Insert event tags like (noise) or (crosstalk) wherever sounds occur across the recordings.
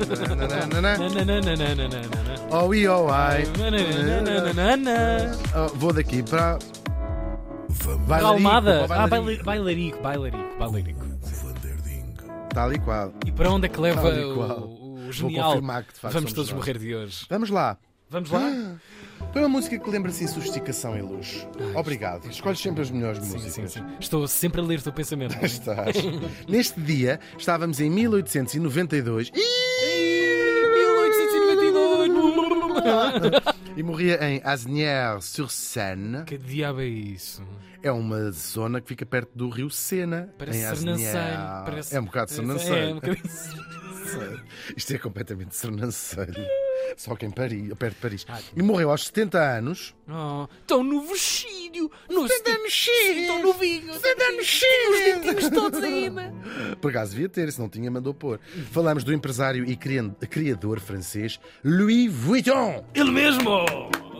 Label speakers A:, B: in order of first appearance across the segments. A: Nananana.
B: Nananana.
A: Oh, e oh, ai.
B: Nananana.
A: Oh, Vou daqui para.
B: Palmada.
A: para
B: Ah,
A: o bailarico.
B: baila- bailarico, bailarico, bailarico.
C: Vanderding.
A: Tal e qual.
B: E para onde é que leva
A: Tal e qual.
B: o, o
A: Vou
B: genial?
A: confirmar que de facto.
B: Vamos
A: somos
B: todos
A: nós.
B: morrer de hoje.
A: Vamos lá.
B: Vamos lá?
A: Põe uma música que lembra assim sofisticação e luz.
B: Ah,
A: Obrigado. Escolhes sempre as melhores
B: (gasps) é Sim,
A: músicas.
B: sim, sim. Estou sempre a ler o teu pensamento.
A: (laughs) Estás. Neste dia estávamos em 1892 e morria em Asnières-sur-Seine.
B: (laughs) Que diabo é isso?
A: É uma zona que fica perto do rio Sena.
B: Parece
A: em
B: Sernancelho.
A: Asnières.
B: Parece...
A: É um bocado
B: É, é um
A: Sernancelho.
B: bocadinho.
A: Isto é completamente Sernancelho. Só que em Paris, perto de Paris. E morreu aos 70 anos.
B: Oh, Estão no vexílio. No... Estão
A: Sim,
B: no vinho. Os dentinhos todos ainda.
A: Por acaso devia ter, se não tinha, mandou pôr. Falamos do empresário e crien- criador francês Louis Vuitton.
B: Ele mesmo!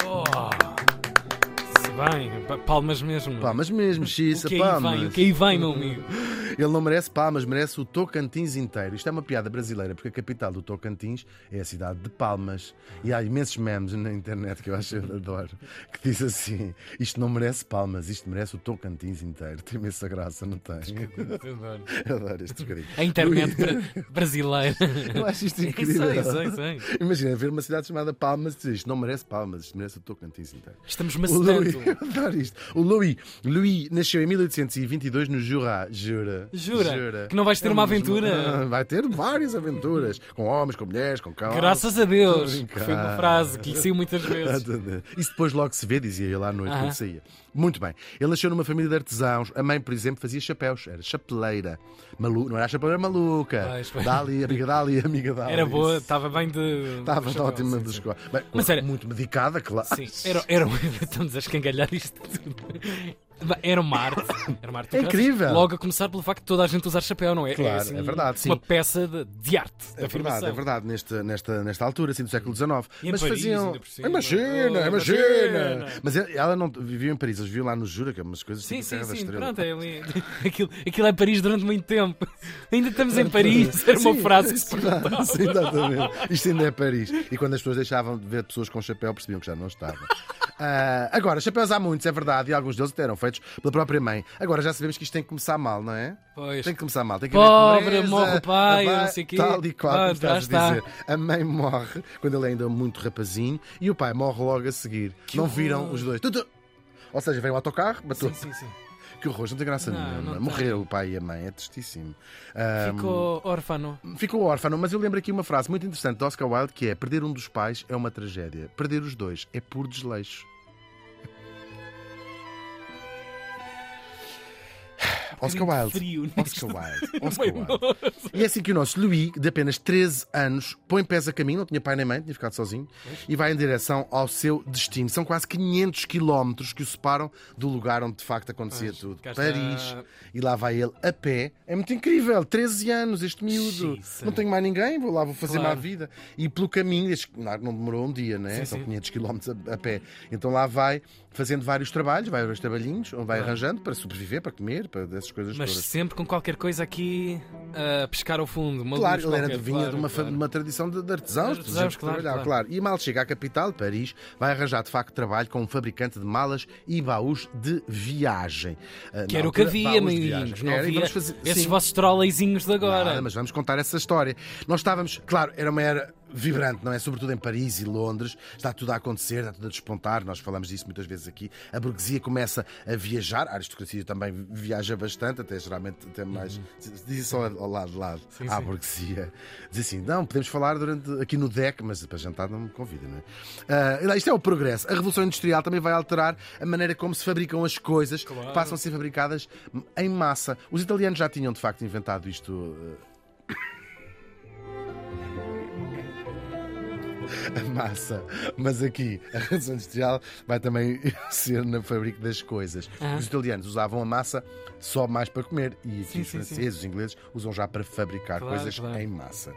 B: Oh. Se bem, pa- palmas mesmo.
A: Palmas mesmo, Xissa,
B: o que aí
A: palmas.
B: vem, o que aí vem, meu amigo.
A: Ele não merece palmas, merece o Tocantins inteiro. Isto é uma piada brasileira, porque a capital do Tocantins é a cidade de Palmas. E há imensos memes na internet que eu acho eu adoro, que diz assim: isto não merece palmas, isto merece o Tocantins inteiro. Tem imensa graça, não
B: (laughs)
A: tem? Adoro este bocadinho.
B: A internet bra- brasileira.
A: Eu acho isto incrível.
B: É Sei, sei, sei.
A: Imagina ver uma cidade chamada Palmas e dizer isto não merece palmas, isto merece o Tocantins inteiro.
B: Estamos
A: O Louis,
B: macetando.
A: eu (laughs) adoro isto. O Louis, Louis nasceu em 1822 no Jura. Jura? É um
B: Jura? Que não vais ter uma aventura?
A: Vai ter várias aventuras. Com homens, com mulheres, com cão.
B: Graças a Deus.
A: Estou a brincar.
B: Foi uma frase que lhe saiu muitas vezes.
A: Isso depois logo se vê, dizia ele à noite
B: Aham.
A: quando saía. Muito bem. Ele nasceu numa família de artesãos. A mãe, por exemplo, fazia chapéus. Era chapeleira. Malu... Não era chapeleira maluca.
B: Pois, pois.
A: Dali, amiga dali, amiga dali.
B: Era boa, estava bem de.
A: Estava
B: Chapéu,
A: ótima
B: sim,
A: de
B: sim.
A: escola. Bem,
B: Mas era-
A: Muito medicada, claro.
B: Sim, era, era um- (laughs) estamos a escangalhar isto tudo. Bem, Era uma arte. Era uma arte.
A: É incrível.
B: Logo a começar pelo facto de toda a gente usar chapéu, não é?
A: Claro,
B: assim,
A: é verdade, sim.
B: Uma peça de, de arte. de
A: É verdade,
B: afirmação.
A: é verdade, neste, nesta, nesta altura, assim, do século XIX.
B: E em
A: mas
B: Paris,
A: faziam.
B: ainda por cima.
A: Imagina, imagina!
B: Oh, imagina!
A: Mas é, ela não vivia em Paris, eles viviam lá no Jura, que é umas coisas
B: Sim,
A: tipo
B: sim,
A: Terra da
B: sim,
A: Estrela.
B: pronto, é ali. (laughs) Aquilo, aquilo é Paris durante muito tempo. (laughs) Ainda estamos em Paris, era uma frase que se perguntava.
A: é (laughs) Sim, exatamente. Isto ainda é Paris. E quando as pessoas deixavam de ver pessoas com chapéu, percebiam que já não
B: (laughs)
A: estavam. Ah, agora, chapéus há muitos, é verdade, e alguns deles até eram feitos pela própria mãe. Agora já sabemos que isto tem que começar mal, não é?
B: Pois.
A: Tem que começar mal. Tem que
B: Pobre,
A: haver pobreza,
B: morre o pai,
A: a mãe-
B: não sei o quê.
A: Tal e qual, como
B: Ah,
A: estás a
B: já
A: dizer. A mãe morre quando ele ainda é muito rapazinho e o pai morre logo a seguir. não viram os dois. Tu, tu. Ou seja, veio o autocarro, bateu.
B: Sim, sim, sim.
A: Que horror, não tem graça
B: Não,
A: nenhuma.
B: não tem.
A: Morreu o pai e a mãe, é tristíssimo. Ah,
B: Ficou órfano.
A: Ficou órfão, mas eu lembro aqui uma frase muito interessante de Oscar Wilde que é: Perder um dos pais é uma tragédia, perder os dois é puro desleixo. Oscar
B: Um bocadinho de
A: Wilde.
B: frio neste-
A: Oscar Wilde.
B: (laughs)
A: Oscar Wilde. E é assim que o nosso Louis, de apenas 13 anos, põe pés a caminho, não tinha pai nem mãe, tinha ficado sozinho, e vai em direção ao seu destino. São quase 500 quilómetros que o separam do lugar onde de facto acontecia
B: Pois,
A: tudo.
B: cá está.
A: Paris. E lá vai ele a pé. É muito incrível, 13 anos, este miúdo.
B: Xiça.
A: Não tenho mais ninguém, vou lá, vou fazer
B: Claro.
A: má vida. E pelo caminho, este- não não demorou um dia, né?
B: Sim,
A: São
B: sim.
A: 500 quilómetros a, a pé. Então lá vai fazendo vários trabalhos, vai aos trabalhinhos, vai arranjando para sobreviver, para comer, para dessas coisas
B: Mas
A: todas.
B: sempre com qualquer coisa aqui a pescar ao fundo. Uma
A: Claro,
B: luz
A: ele era
B: qualquer,
A: adivinha
B: claro,
A: de, uma, fa-
B: claro.
A: de uma tradição de, de artesãos,
B: De
A: por exemplo,
B: artesãos,
A: que
B: claro,
A: trabalhavam,
B: claro.
A: E mal chega à capital, Paris, vai arranjar de facto trabalho com um fabricante de malas e baús de viagem. Ah, na
B: Que era o que
A: altura, baús
B: havia,
A: de
B: amiguinhos.
A: viagem.
B: Não
A: Era, e
B: havia
A: vamos fazer-
B: esses
A: sim. Ah,
B: vossos troleizinhos de agora.
A: Nada, mas vamos contar essa história. Nós estávamos, claro, era uma era vibrante, não é? Sobretudo em Paris e Londres, está tudo a acontecer, está tudo a despontar, nós falamos disso muitas vezes aqui. A burguesia começa a viajar, a aristocracia também viaja bastante, até geralmente até mais. Diz só ao lado, de lado, à
B: Uhum. sim.
A: burguesia. Diz assim: não, podemos falar durante aqui no DEC, mas para jantar não me convida, não é? Ah, isto é o progresso. A Revolução Industrial também vai alterar a maneira como se fabricam as coisas, que passam a ser fabricadas em massa. Os italianos já tinham de facto inventado isto ah, a (laughs) massa. Mas aqui, a razão industrial vai também (laughs) ser na fábrica das coisas.
B: Ah.
A: Os italianos usavam a massa só mais para comer e aqui
B: Sim,
A: os
B: sim, sim.
A: franceses, os ingleses usam já para fabricar
B: Claro,
A: coisas
B: claro.
A: em massa.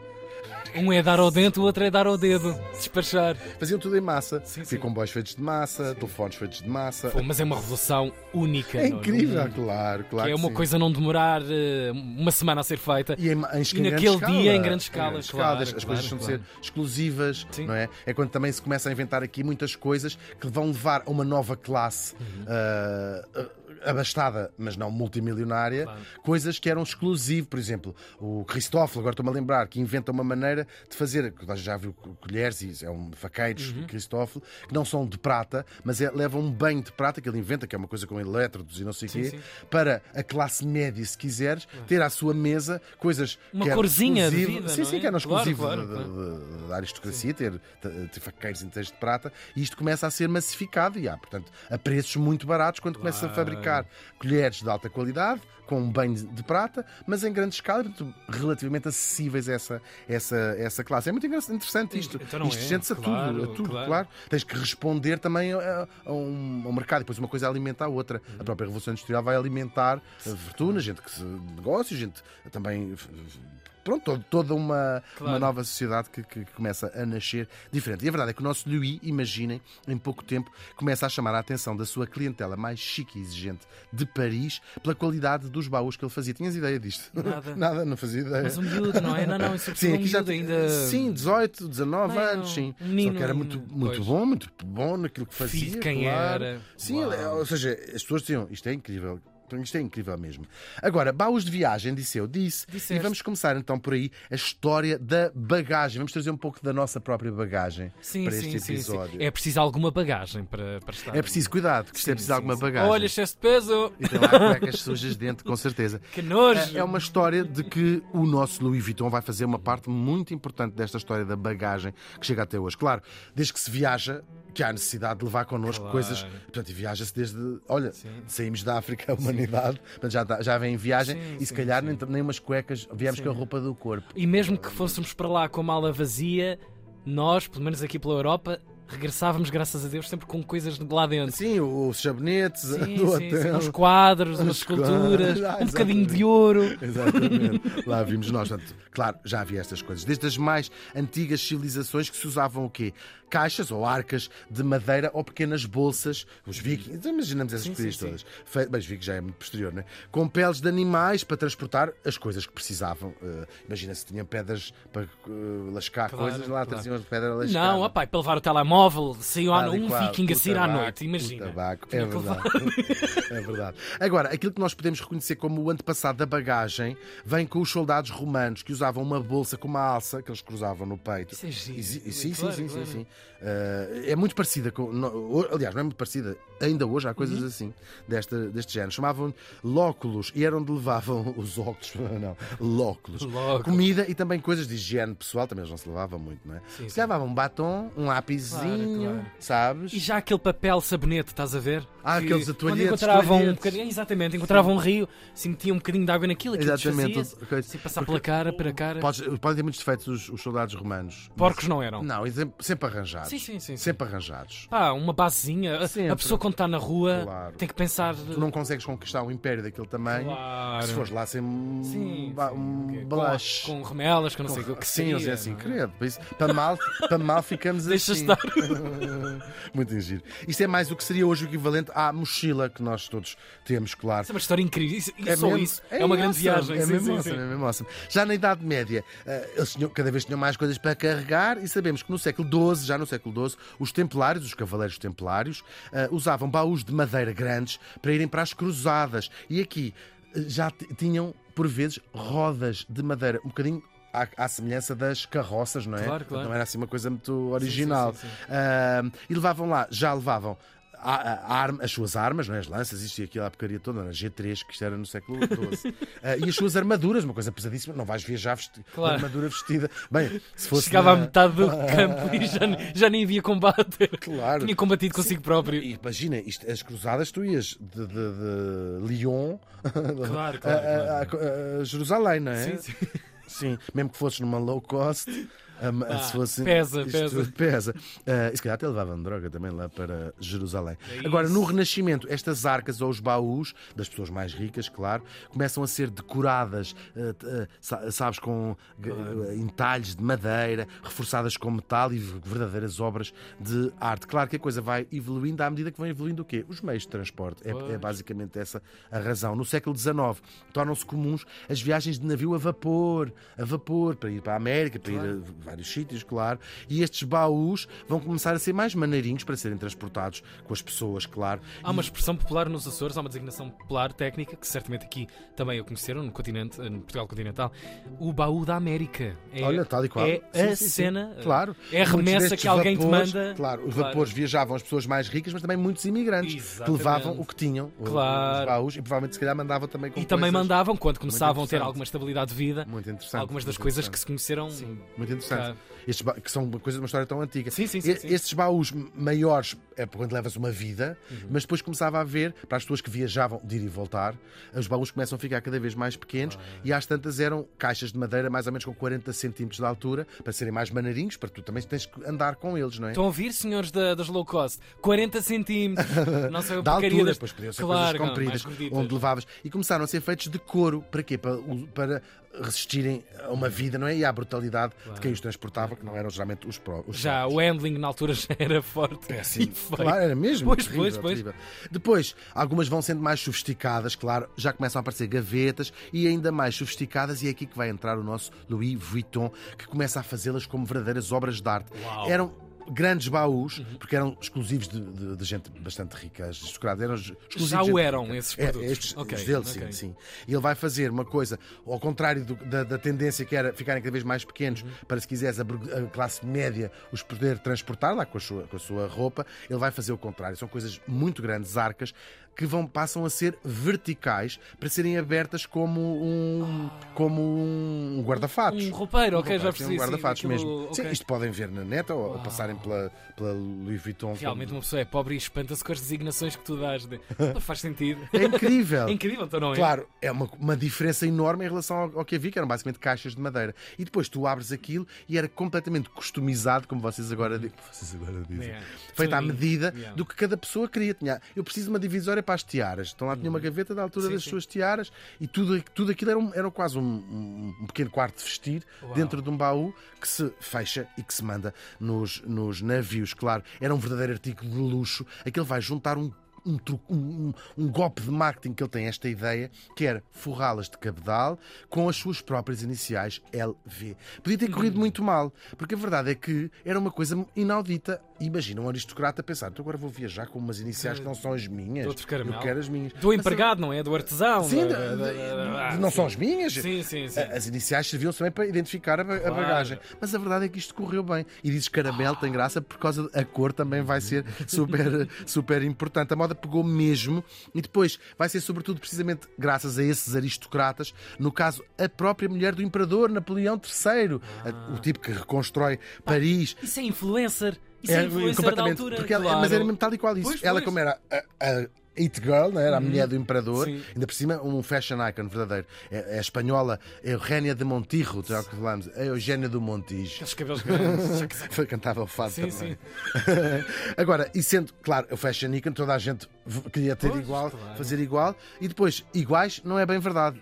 B: Um é dar ao dente, o outro é dar
A: (laughs)
B: ao dedo. Despachar.
A: Faziam tudo em massa.
B: Sim,
A: Havia
B: sim.
A: comboios feitos de massa, telefones feitos de massa.
B: Pô, mas é uma revolução única.
A: É
B: não
A: incrível,
B: Não-
A: claro, claro.
B: que é
A: que
B: uma
A: sim.
B: coisa não demorar eh, uma semana a ser feita.
A: E, é. em, em, esca-
B: E
A: em grande
B: naquele
A: escala.
B: dia, em grande escala, claro,
A: As, as
B: claro,
A: coisas são
B: claro.
A: de ser exclusivas,
B: Sim.
A: não é? É quando também se começa a inventar aqui muitas coisas que vão levar a uma nova classe ah, ah, abastada, mas não multimilionária,
B: Claro.
A: coisas que eram exclusivo. Por exemplo, o Cristófilo, agora estou-me a lembrar, que inventa uma maneira de fazer, que nós já viu co- colheres, e é um faqueiros,
B: Uhum.
A: Cristófilo, que não são de prata, mas é, levam um banho de prata que ele inventa, que é uma coisa com elétrodos e não sei o
B: Sim,
A: quê,
B: sim. É.
A: para a classe média, se quiseres, ter à sua mesa coisas
B: Uma
A: que eram
B: corzinha de
A: exclusivo-
B: vida,
A: Sim,
B: não
A: sim,
B: é?
A: que eram
B: Claro,
A: exclusivo
B: claro,
A: de- de- de- da aristocracia, ter, ter, ter faqueiros inteiros de prata, e isto começa a ser massificado e há, portanto, a preços muito baratos quando começa a
B: Claro.
A: fabricar colheres de alta qualidade, com um banho de prata, mas em grande escala, e, portanto, relativamente acessíveis a essa, essa, essa classe. É muito engra- interessante isto.
B: Então não
A: isto
B: é,
A: sente-se a
B: claro,
A: tudo, a tudo
B: claro.
A: claro. Tens que responder também a, a um, ao mercado. E depois uma coisa alimenta a outra.
B: Uhum.
A: A própria Revolução Industrial vai alimentar a fortuna, gente que se negócios, gente também. f- f- Pronto, todo- toda uma,
B: Claro.
A: uma nova sociedade que, que começa a nascer diferente. E a verdade é que o nosso Louis, imaginem, em pouco tempo, começa a chamar a atenção da sua clientela mais chique e exigente de Paris pela qualidade dos baús que ele fazia. Tinhas ideia disto? (laughs)
B: Nada.
A: Nada, não fazia ideia.
B: Mas um miúdo, não é? Não, não, isso é um miúdo ainda.
A: Sim, 18, 19
B: Ai, não.
A: anos, sim.
B: Um menino
A: Só que era muito,
B: ainda,
A: muito
B: pois.
A: bom, muito bom naquilo que fazia.
B: Filho de quem
A: claro.
B: era.
A: Sim,
B: Uau.
A: ele- é, ou seja, as pessoas diziam, isto é incrível. Então, Isto é incrível mesmo. Agora, baús de viagem, disse eu, disse.
B: Disseste.
A: E vamos começar então por aí a história da bagagem. Vamos trazer um pouco da nossa própria bagagem
B: Sim,
A: para
B: sim,
A: este
B: sim, sim.
A: episódio.
B: É preciso alguma bagagem para, para estar.
A: É preciso cuidado, que isto é
B: Sim,
A: preciso
B: sim,
A: alguma
B: sim.
A: bagagem.
B: Olha, excesso de peso!
A: E tem lá cuecas sujas dentro, com certeza.
B: Que
A: É
B: nojo!
A: é uma história de que o nosso Louis Vuitton vai fazer uma parte muito importante desta história da bagagem que chega até hoje. Claro, desde que se viaja, que há necessidade de levar connosco
B: Claro.
A: coisas. Portanto, e viaja-se desde. Olha,
B: Sim.
A: saímos da África, a humanidade, portanto, já, tá- já vem em viagem
B: Sim,
A: e se
B: sim,
A: calhar
B: sim.
A: nem, nem umas cuecas, viemos
B: Sim.
A: com a roupa do corpo.
B: E mesmo que fôssemos para lá com a mala vazia, nós, pelo menos aqui pela Europa, regressávamos, graças a Deus, sempre com coisas de lá dentro.
A: Sim, os sabonetes
B: sim,
A: do
B: sim, sim.
A: hotel.
B: Uns quadros, umas
A: Uns quadros.
B: esculturas,
A: Ah,
B: um bocadinho
A: exatamente.
B: de ouro.
A: (laughs) Exatamente. Lá vimos nós. Portanto, claro, já havia estas coisas. Desde as mais antigas civilizações que se usavam o quê? Caixas ou arcas de madeira ou pequenas bolsas. Os vikings. Imaginamos essas
B: Sim,
A: coisas
B: sim, sim.
A: todas. Fe... Bem, os vikings já é muito posterior, né? Com peles de animais para transportar as coisas que precisavam. Eh, imagina se tinham pedras para eh, lascar
B: Claro,
A: coisas. Lá
B: claro.
A: traziam as pedras lascadas.
B: Não, opa, e para levar o telemóvel, saiu
A: Tal
B: lá
A: e
B: um
A: qual,
B: viking
A: o
B: a sair à
A: tabaco,
B: noite,
A: o
B: imagina.
A: tabaco,
B: Tinha
A: é
B: que levar.
A: verdade. (laughs) é verdade. Agora, aquilo que nós podemos reconhecer como o antepassado da bagagem vem com os soldados romanos que usavam uma bolsa com uma alça que eles cruzavam no peito.
B: Isso é giro.
A: E si- e Sim,
B: Claro,
A: sim, sim,
B: claro.
A: sim, sim. Eh, é muito parecida com. no- o- aliás, não é muito parecida. Ainda hoje há
B: Uhum.
A: coisas assim, desta, deste género. Chamavam lóculos e era onde levavam (laughs) os óculos. Não, lóculos.
B: Lóculos.
A: Comida e também coisas de higiene pessoal, também eles não se levavam muito, não é?
B: Sim,
A: se
B: sim.
A: levavam um batom, um lapizinho,
B: Claro, claro.
A: sabes?
B: E já aquele papel sabonete, estás a ver?
A: Ah, aqueles
B: Quando
A: atualhetes,
B: encontravam um
A: toalhetes.
B: bocadinho, exatamente, encontravam um rio, assim metiam um bocadinho de água naquilo, aquilo
A: Exatamente.
B: desfazia-se,
A: Coisa.
B: assim, passar pela cara, para a cara.
A: Podes- podem ter muitos defeitos os, os soldados romanos.
B: Porcos não eram.
A: Não, e sempre- sempre arranjados.
B: Sim, sim, sim, sim.
A: Sempre arranjados.
B: Pá, uma basezinha. A- A
A: Sempre.
B: pessoa quando está na rua
A: Claro.
B: tem que pensar.
A: Tu não consegues conquistar um império daquele tamanho.
B: Claro.
A: que Se fores lá sem um,
B: Sim,
A: ba-
B: sim,
A: um
B: ok.
A: blush.
B: Com, com remelas, que eu não sei o que
A: Sim, eles
B: seria,
A: é assim,
B: não é?
A: credo. Para, isso, para, mal, para mal ficamos
B: (laughs) Deixa
A: assim. (laughs) Muito giro. Isto é mais o que seria hoje o equivalente à mochila que nós todos temos, claro.
B: Isso é uma história incrível. Isso, só
A: mesmo-
B: isso. É, uma grande
A: awesome,
B: viagem.
A: É
B: sim,
A: mesmo
B: sim,
A: awesome,
B: sim.
A: é mesmo awesome. Já na Idade Média, eh, eles tinham- cada vez tinham mais coisas para carregar e sabemos que no século XII, já no século XII, os templários, os cavaleiros templários, eh, usavam baús de madeira grandes para irem para as cruzadas. E aqui eh, já t- tinham, por vezes, rodas de madeira, um bocadinho à, à semelhança das carroças, não é?
B: Claro,
A: Portanto,
B: claro.
A: Não era assim uma coisa muito original.
B: sim, sim, sim.
A: Ah, e levavam lá, já levavam a- a- a arma- as suas armas, não é? as lanças, isto e aquilo, a porcaria toda, na G3, que isto era no século
B: (laughs)
A: XII. Ah, e as suas armaduras, uma coisa pesadíssima, não vais viajar vesti
B: Claro.
A: de armadura vestida. Bem, se fosse.
B: Chegava à
A: na-
B: metade
A: (laughs)
B: do campo e já, ne- já nem havia combate.
A: Claro.
B: Tinha combatido consigo próprio.
A: E Imagina, isto, as cruzadas, tu ias de, de, de Lyon (laughs)
B: Claro, claro,
A: a, a- a- a Jerusalém, não é?
B: Sim, sim.
A: Sim, mesmo que fosses numa low cost, Ahm,
B: Pá,
A: se fosse,
B: Ah, pesa,
A: isto
B: pesa.
A: (laughs) pesa. Ah, e se calhar até levavam droga também lá para Jerusalém.
B: É
A: Agora, no
B: isso.
A: Renascimento, estas arcas ou os baús, das pessoas mais ricas, claro, começam a ser decoradas, ah, t- ah, sa- sabes, com g- ah, entalhes de madeira, reforçadas com metal e v- verdadeiras obras de arte. Claro que a coisa vai evoluindo à medida que vão evoluindo o quê? Os meios de transporte. É- É,
B: Pois.
A: basicamente essa a razão. No século XIX, tornam-se comuns as viagens de navio a vapor, a vapor, para ir para a América, para ir
B: Claro.
A: a vários sítios, claro. E estes baús vão começar a ser mais maneirinhos para serem transportados com as pessoas, claro.
B: Há uma expressão popular nos Açores, há uma designação popular técnica, que certamente aqui também a conheceram, no, continente, no Portugal continental, o baú da América. É,
A: Olha, tal e qual.
B: É
A: Sim,
B: a
A: sim, sim.
B: cena,
A: Claro.
B: é a
A: Muitos
B: remessa
A: destes
B: que alguém
A: vapores-
B: te manda.
A: Claro, os vapores viajavam as pessoas mais ricas, mas também muitos imigrantes que
B: Exatamente.
A: levavam o que tinham, o-
B: Claro.
A: os baús, e provavelmente se calhar mandavam também com
B: E também
A: coisas.
B: mandavam, quando começavam a ter
A: interessante.
B: alguma estabilidade de vida,
A: Muito interessante.
B: algumas das
A: muito
B: coisas
A: interessante.
B: que se conheceram.
A: Sim, muito interessante.
B: Cá.
A: Estes ba- que são uma coisa de uma história tão antiga.
B: Sim, sim, sim,
A: E-
B: sim.
A: Estes baús m- maiores é por quando levas uma vida, mas depois começava a haver, para as pessoas que viajavam de ir e voltar, os baús começam a ficar cada vez mais pequenos e às tantas eram caixas de madeira mais ou menos com 40 centímetros de altura, para serem mais maneirinhos, para tu também tens que andar com eles, não é?
B: Estão a ouvir, senhores da- das low cost? 40
A: (laughs)
B: centímetros. Não sei o
A: da
B: porcaria
A: altura,
B: das-
A: depois podiam ser
B: claro,
A: coisas
B: mais
A: compridas,
B: gorditas.
A: onde levavas. E começaram a ser feitos de couro. Para quê? Para, o- para resistirem a uma vida, não é? E à brutalidade de quem os transportava, que não eram geralmente os próprios.
B: Já o handling na altura já era forte.
A: Péssimo.
B: (laughs) E feio.
A: É, Claro, era mesmo.
B: Pois,
A: terrível,
B: pois, pois.
A: terrível. Depois, algumas vão sendo mais sofisticadas, claro, já começam a aparecer gavetas e ainda mais sofisticadas, e é aqui que vai entrar o nosso Louis Vuitton, que começa a fazê-las como verdadeiras obras de arte.
B: Uau. Uhum.
A: Eram grandes baús, porque eram exclusivos de, de- de gente bastante rica, aristocrata, eram exclusivos
B: Já
A: de
B: o
A: gente
B: eram
A: rica.
B: esses
A: É,
B: produtos.
A: estes-
B: Ok,
A: os dele,
B: ok.
A: sim, sim. E ele vai fazer uma coisa, ao contrário do- da, da tendência que era ficarem cada vez mais pequenos,
B: Uhum.
A: para se quiseres a, burgu- a classe média os poder transportar lá com a, sua, com a sua roupa, ele vai fazer o contrário. São coisas muito grandes, arcas, que vão, passam a ser verticais para serem abertas como um, como um guarda-fatos.
B: Ah. Um roupeiro, ok, já
A: Sim, um
B: percebi. sim,
A: guarda-fatos
B: aquilo-
A: mesmo.
B: ok.
A: Sim, isto podem ver na neta ou
B: Uau.
A: passarem pela, pela Louis Vuitton.
B: Realmente uma pessoa é pobre e espanta-se com as designações que tu dás. né? Não faz
A: (laughs)
B: sentido.
A: É incrível.
B: (laughs) É incrível, então não é?
A: Claro, é uma, uma diferença enorme em relação ao, ao que havia, que eram basicamente caixas de madeira. E depois tu abres aquilo e era completamente customizado, como vocês agora, di- vocês agora dizem.
B: Yeah.
A: Feito à
B: Sim.
A: medida
B: Yeah.
A: do que cada pessoa queria. Tinha, eu preciso de uma divisória para as tiaras. Então lá tinha uma gaveta da altura
B: Uhum. Sim,
A: das
B: sim.
A: suas tiaras e tudo, tudo aquilo era, um- era quase um, um- um pequeno quarto de vestir
B: Uau.
A: dentro de um baú que se fecha e que se manda nos, nos navios. Claro, era um verdadeiro artigo de luxo. Aquele vai juntar um um, tru- um- um- um golpe de marketing que ele tem esta ideia, que era forrá-las de cabedal com as suas próprias iniciais LV. Podia ter corrido
B: Uhum.
A: muito mal, porque a verdade é que era uma coisa inaudita. Imagina um aristocrata pensar, "Então agora vou viajar com umas iniciais que não são as minhas.
B: É, de outro caramelo."
A: Eu quero as minhas.
B: Do empregado, não é? Do artesão.
A: Sim,
B: da-
A: de-
B: da-
A: de-
B: da- da-
A: não são
B: sim.
A: as minhas? É,
B: Sim, sim, sim.
A: As iniciais serviam também para identificar a, ba- a
B: Claro.
A: bagagem. Mas a verdade é que isto correu bem. E dizes caramelo tem graça por causa da cor também vai
B: (laughs)
A: ser super, super importante. A moda pegou mesmo e depois vai ser sobretudo precisamente graças a esses aristocratas, no caso a própria mulher do imperador Napoleão III, a-
B: Ah.
A: o tipo que reconstrói Paris.
B: Isso é influencer. Isso é,
A: É,
B: influencer da
A: completamente,
B: altura.
A: porque ela-
B: claro.
A: Mas era mesmo tal e qual isso.
B: Pois,
A: ela,
B: pois. Uhum.
A: como era a, a It Girl, não é? era a mulher do imperador,
B: Sim.
A: ainda por cima, um fashion icon verdadeiro. É, é espanhola, Eugénia de Montijo, já que falámos, é Eugénia do Montijo.
B: Aqueles cabelos grandes.
A: Foi cantava o fado
B: Sim,
A: também.
B: sim.
A: (laughs) Agora, e sendo, claro, o fashion icon, toda a gente v- queria ter
B: Pois,
A: igual,
B: claro.
A: fazer igual, e depois, iguais não é bem verdade.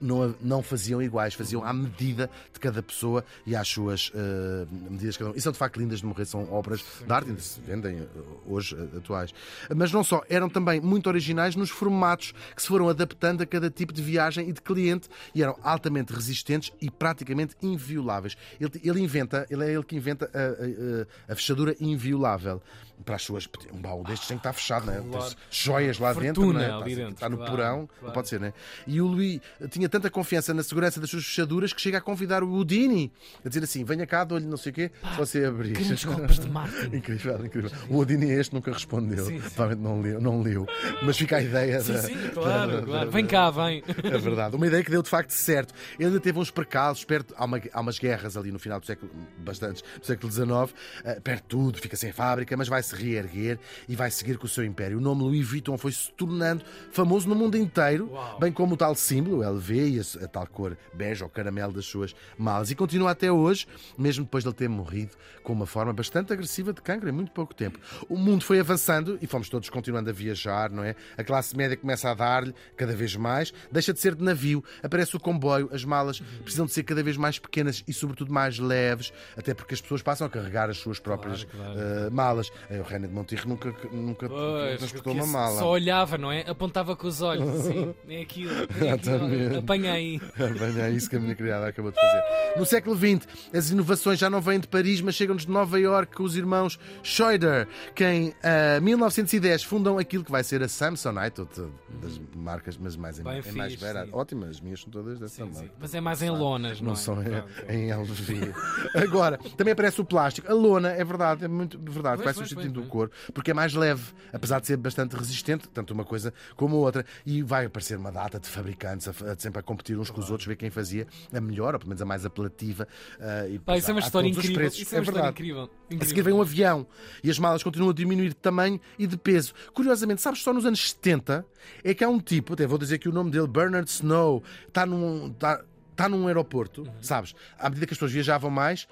A: Não, não faziam iguais, faziam à medida de cada pessoa e às suas eh, medidas de cada um. E são de facto lindas de morrer, são obras de arte, ainda se vendem eh, hoje eh, atuais. Mas não só, eram também muito originais nos formatos que se foram adaptando a cada tipo de viagem e de cliente e eram altamente resistentes e praticamente invioláveis. Ele, ele inventa, ele é ele que inventa a, a- a- a fechadura inviolável para as suas. Um baú destes tem que estar fechado, não é?
B: Claro.
A: Tens joias lá dentro,
B: Fortuna
A: não é?
B: ali
A: Está-
B: dentro,
A: está no
B: claro,
A: porão, não
B: claro.
A: pode ser, não é? E o Louis tinha tanta confiança na segurança das suas fechaduras que chega a convidar o Houdini a dizer assim: venha cá, dou-lhe não sei o quê, se você abrir.
B: Grandes golpes de marketing.
A: Incrível, incrível. O Houdini a este nunca respondeu,
B: Sim, sim.
A: provavelmente não leu, não leu, mas fica a ideia
B: Sim,
A: da-
B: sim,
A: da-
B: claro,
A: da-
B: claro. Vem cá, vem.
A: é verdade. Uma ideia que deu de facto certo. Ele ainda teve uns percalços, perto, há, uma- há umas guerras ali no final do século, bastantes, do século XIX, eh, perde tudo, fica sem fábrica, mas vai se reerguer e vai seguir com o seu império. O nome Louis Vuitton foi se tornando famoso no mundo inteiro,
B: Uau.
A: bem como o tal símbolo, LV, café e a, a tal cor bege ou caramelo das suas malas. E continua até hoje, mesmo depois de ele ter morrido, com uma forma bastante agressiva de cancro em muito pouco tempo. O mundo foi avançando e fomos todos continuando a viajar, não é? A classe média começa a dar-lhe cada vez mais, deixa de ser de navio, aparece o comboio, as malas precisam de ser cada vez mais pequenas e, sobretudo, mais leves, até porque as pessoas passam a carregar as suas próprias
B: Claro,
A: eh, malas. Eh, O Reina de Montirro nunca, nunca
B: Pois,
A: transportou
B: que
A: uma
B: se-
A: mala.
B: Só olhava, não é? Apontava com os olhos, assim. É aquilo. é aquilo,
A: (laughs) Exatamente.
B: Apanhei.
A: Bem, (laughs) é isso que a minha criada acabou de fazer. No século XX, as inovações já não vêm de Paris, mas chegam-nos de Nova Iorque com os irmãos Schroeder, que em ah, 1910 fundam aquilo que vai ser a Samsonite, outra das marcas, mas mais em,
B: Bem
A: em mais
B: fixe,
A: vera.
B: sim.
A: Ótimas, as minhas são todas dessa
B: Sim,
A: marca.
B: sim. Mas é mais em lonas, não,
A: Não
B: é?
A: são em-
B: Pronto.
A: em alvesia. Agora, também aparece o plástico. A lona, é verdade, é muito verdade.
B: Pois,
A: vai
B: pois,
A: substituindo
B: pois,
A: o couro, porque é mais leve, apesar de ser bastante resistente, tanto uma coisa como a outra. E vai aparecer uma data de fabricantes a, a- sempre a competir uns com os outros, ver quem fazia a melhor, ou pelo menos a mais apelativa. ah, e
B: Pá,
A: depois
B: isso é uma
A: há- há
B: história
A: todos os
B: incrível.
A: preços.
B: Isso é uma
A: é
B: história
A: verdade.
B: incrível.
A: A seguir
B: incrível.
A: vem um avião e as malas continuam a diminuir de tamanho e de peso. Curiosamente, sabes, só nos anos 70 é que há um tipo, até vou dizer aqui o nome dele, Bernard Snow, está num, está, está num aeroporto, sabes? À medida que as pessoas viajavam mais,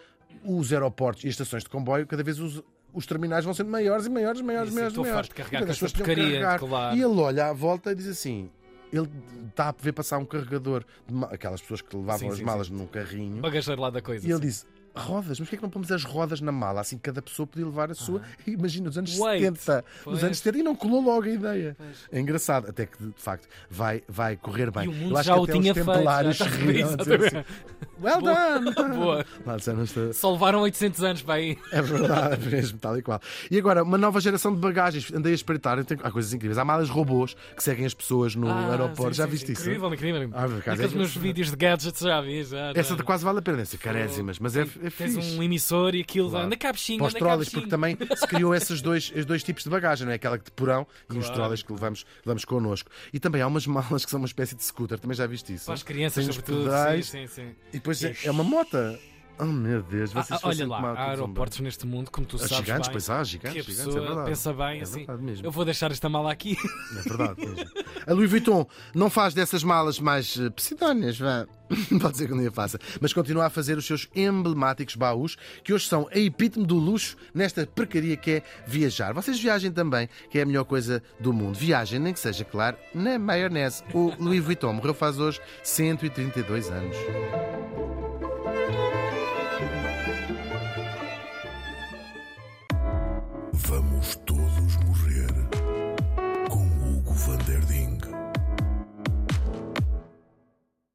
A: os aeroportos e as estações de comboio, cada vez os, os terminais vão sendo maiores e maiores e maiores
B: Isso,
A: e maiores.
B: estou
A: e maiores.
B: farto de carregar
A: Portanto,
B: com
A: as pessoas
B: esta
A: tinham que
B: porcaria, claro.
A: E ele olha à volta e diz assim. Ele está a ver passar um carregador, de ma- aquelas pessoas que levavam
B: Sim,
A: as
B: sim,
A: malas num carrinho.
B: Bagageiro lá da coisa.
A: E ele
B: assim.
A: disse: Rodas, mas porquê é que não pomos as rodas na mala? Assim cada pessoa podia levar a sua. (laughs) Imagina, nos anos
B: Wait.
A: 70.
B: Pois.
A: Nos anos 70 e não colou logo a ideia. É engraçado, até que de facto vai, vai correr bem.
B: E o mundo
A: Eu acho
B: já
A: que
B: o
A: até
B: tinha
A: os
B: feito.
A: templários
B: já está-
A: riram, a dizer
B: Exatamente.
A: assim, Well done!
B: (laughs) Boa.
A: Lá disseram esta-
B: Só levaram 800 anos para aí.
A: é verdade, (laughs) mesmo, tal e qual. E agora, uma nova geração de bagagens. Andei a espreitar, eu tenho- há coisas incríveis. Há malas robôs que seguem as pessoas no
B: Ah,
A: aeroporto.
B: sim,
A: Já
B: sim,
A: viste
B: sim.
A: isso?
B: Incrível, incrível.
A: Ah, por acaso é
B: Aqueles meus
A: engraçado.
B: vídeos de gadgets já vi. Já, já.
A: Essa quase vale a pena, essa carésimas, mas é, é
B: Tens
A: fixe.
B: um emissor e aquilo.
A: Claro.
B: Anda cá, bichinho,
A: para os
B: anda cá,
A: trolleys,
B: bichinho.
A: porque também se criou esses dois, esses dois tipos de bagagem, não é? Aquela de porão e os
B: Claro.
A: trolleys que levamos, levamos connosco. E também há umas malas que são uma espécie de scooter, também já viste isso?
B: Para as crianças,
A: Tem uns
B: sobretudo.
A: pedais.
B: Sim, sim, sim.
A: E depois é, é uma mota. Oh meu Deus, vocês
B: Ah, ah, olha
A: fossem
B: lá,
A: tomar
B: há
A: todos um
B: aeroportos neste mundo, como tu
A: banho. As
B: sabes.
A: gigantes,
B: bem,
A: pois há,
B: que a
A: gigantes, gigantes, é
B: pessoa
A: verdade.
B: pensa bem
A: É
B: assim.
A: verdade mesmo.
B: Eu vou deixar esta mala aqui.
A: É verdade mesmo. A Louis Vuitton não faz dessas malas mais eh, pseudónimas, vá. (laughs) Pode ser que um dia faça. Mas continua a fazer os seus emblemáticos baús, que hoje são a epítome do luxo nesta porcaria que é viajar. Vocês viajem também, que é a melhor coisa do mundo. Viajem, nem que seja, claro, na maionese. O Louis Vuitton morreu faz hoje 132 anos.
C: Vamos todos morrer com Hugo Vanderding.